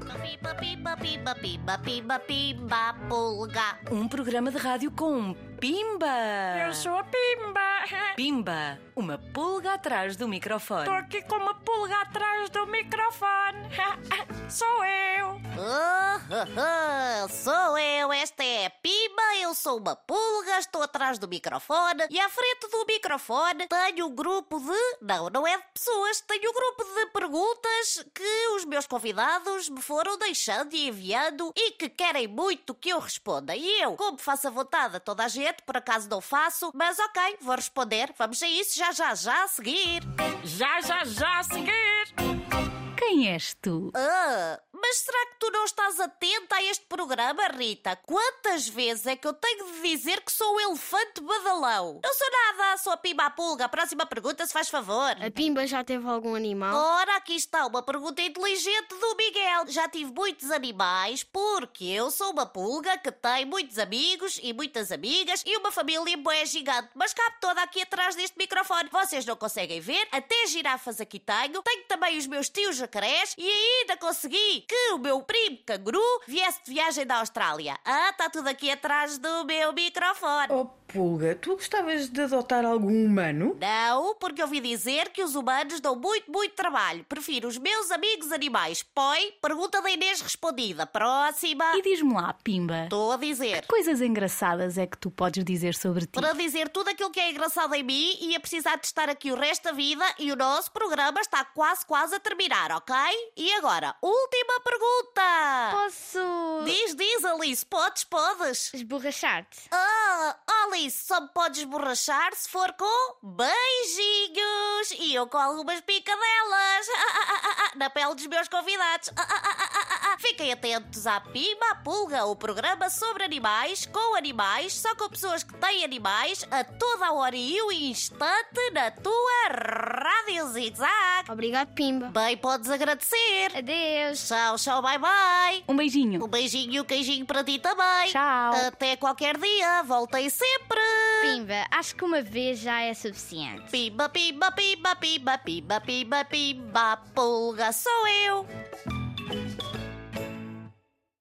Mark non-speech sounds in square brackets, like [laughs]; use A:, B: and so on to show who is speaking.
A: Piba, piba, piba, piba, piba, piba, pulga.
B: Um programa de rádio com um Pimba!
C: Eu sou a Pimba. [laughs]
B: Pimba, uma pulga atrás do microfone.
C: Estou aqui com uma pulga atrás do microfone. [laughs] Sou eu.
A: Oh, oh, oh, sou eu, esta é a Pimba, eu sou uma pulga, estou atrás do microfone e à frente do microfone tenho um grupo de. Não, não é de pessoas, tenho um grupo de perguntas que os meus convidados me foram deixando e enviando e que querem muito que eu responda. E eu, como faço a vontade a toda a gente, por acaso não faço, mas ok, vou responder. Vamos a isso já, já, já a seguir.
C: Já, já, já a seguir.
D: Quem és tu?
A: Ah, mas será que tu não estás atenta a este programa, Rita? Quantas vezes é que eu tenho de dizer que sou o elefante badalão? Não sou nada, sou a Pimba à Pulga. Próxima pergunta, se faz favor.
E: A Pimba já teve algum animal?
A: Ora, aqui está uma pergunta inteligente do Miguel. Já tive muitos animais porque eu sou uma pulga que tem muitos amigos e muitas amigas e uma família boé gigante, mas cabe toda aqui atrás deste microfone. Vocês não conseguem ver, até girafas aqui tenho. Tenho também os meus tios jacarés e ainda consegui que o meu primo canguru viesse de viagem da Austrália. Ah, está tudo aqui atrás do meu microfone.
F: Oh Pulga, tu gostavas de adotar algum humano?
A: Não, porque ouvi dizer que os humanos dão muito, muito trabalho. Prefiro os meus amigos animais. Põe, pergunta da Inês respondida. Próxima.
D: E diz-me lá, Pimba,
A: Estou a dizer.
D: coisas engraçadas é que tu podes dizer sobre ti?
A: Para dizer tudo aquilo que é engraçado em mim e a precisar de estar aqui o resto da vida e o nosso programa está quase, quase a terminar, ok? E agora, última pergunta.
E: Posso
A: Diz, diz, Alice, podes, podes.
E: esborrachar-te?
A: Ah, Alice, só me podes borrachar se for com beijinhos e eu com algumas picadelas Ah, ah, ah, ah, ah, na pele dos meus convidados. Ah, ah, ah, ah, ah, ah. Fiquem atentos à Pima à Pulga, o programa sobre animais, com animais, só com pessoas que têm animais, a toda a hora e o instante na tua rádio zig-zag.
E: Obrigado, Pimba.
A: Bem, podes agradecer.
E: Adeus.
A: Tchau, tchau, bye bye.
D: Um beijinho.
A: Um beijinho e um queijinho para ti também.
D: Tchau.
A: Até qualquer dia, voltem sempre!
E: Pimba, acho que uma vez já é suficiente.
A: Pimba, pimba, pimba, pimba, pimba, pimba, pimba, pulga, sou eu!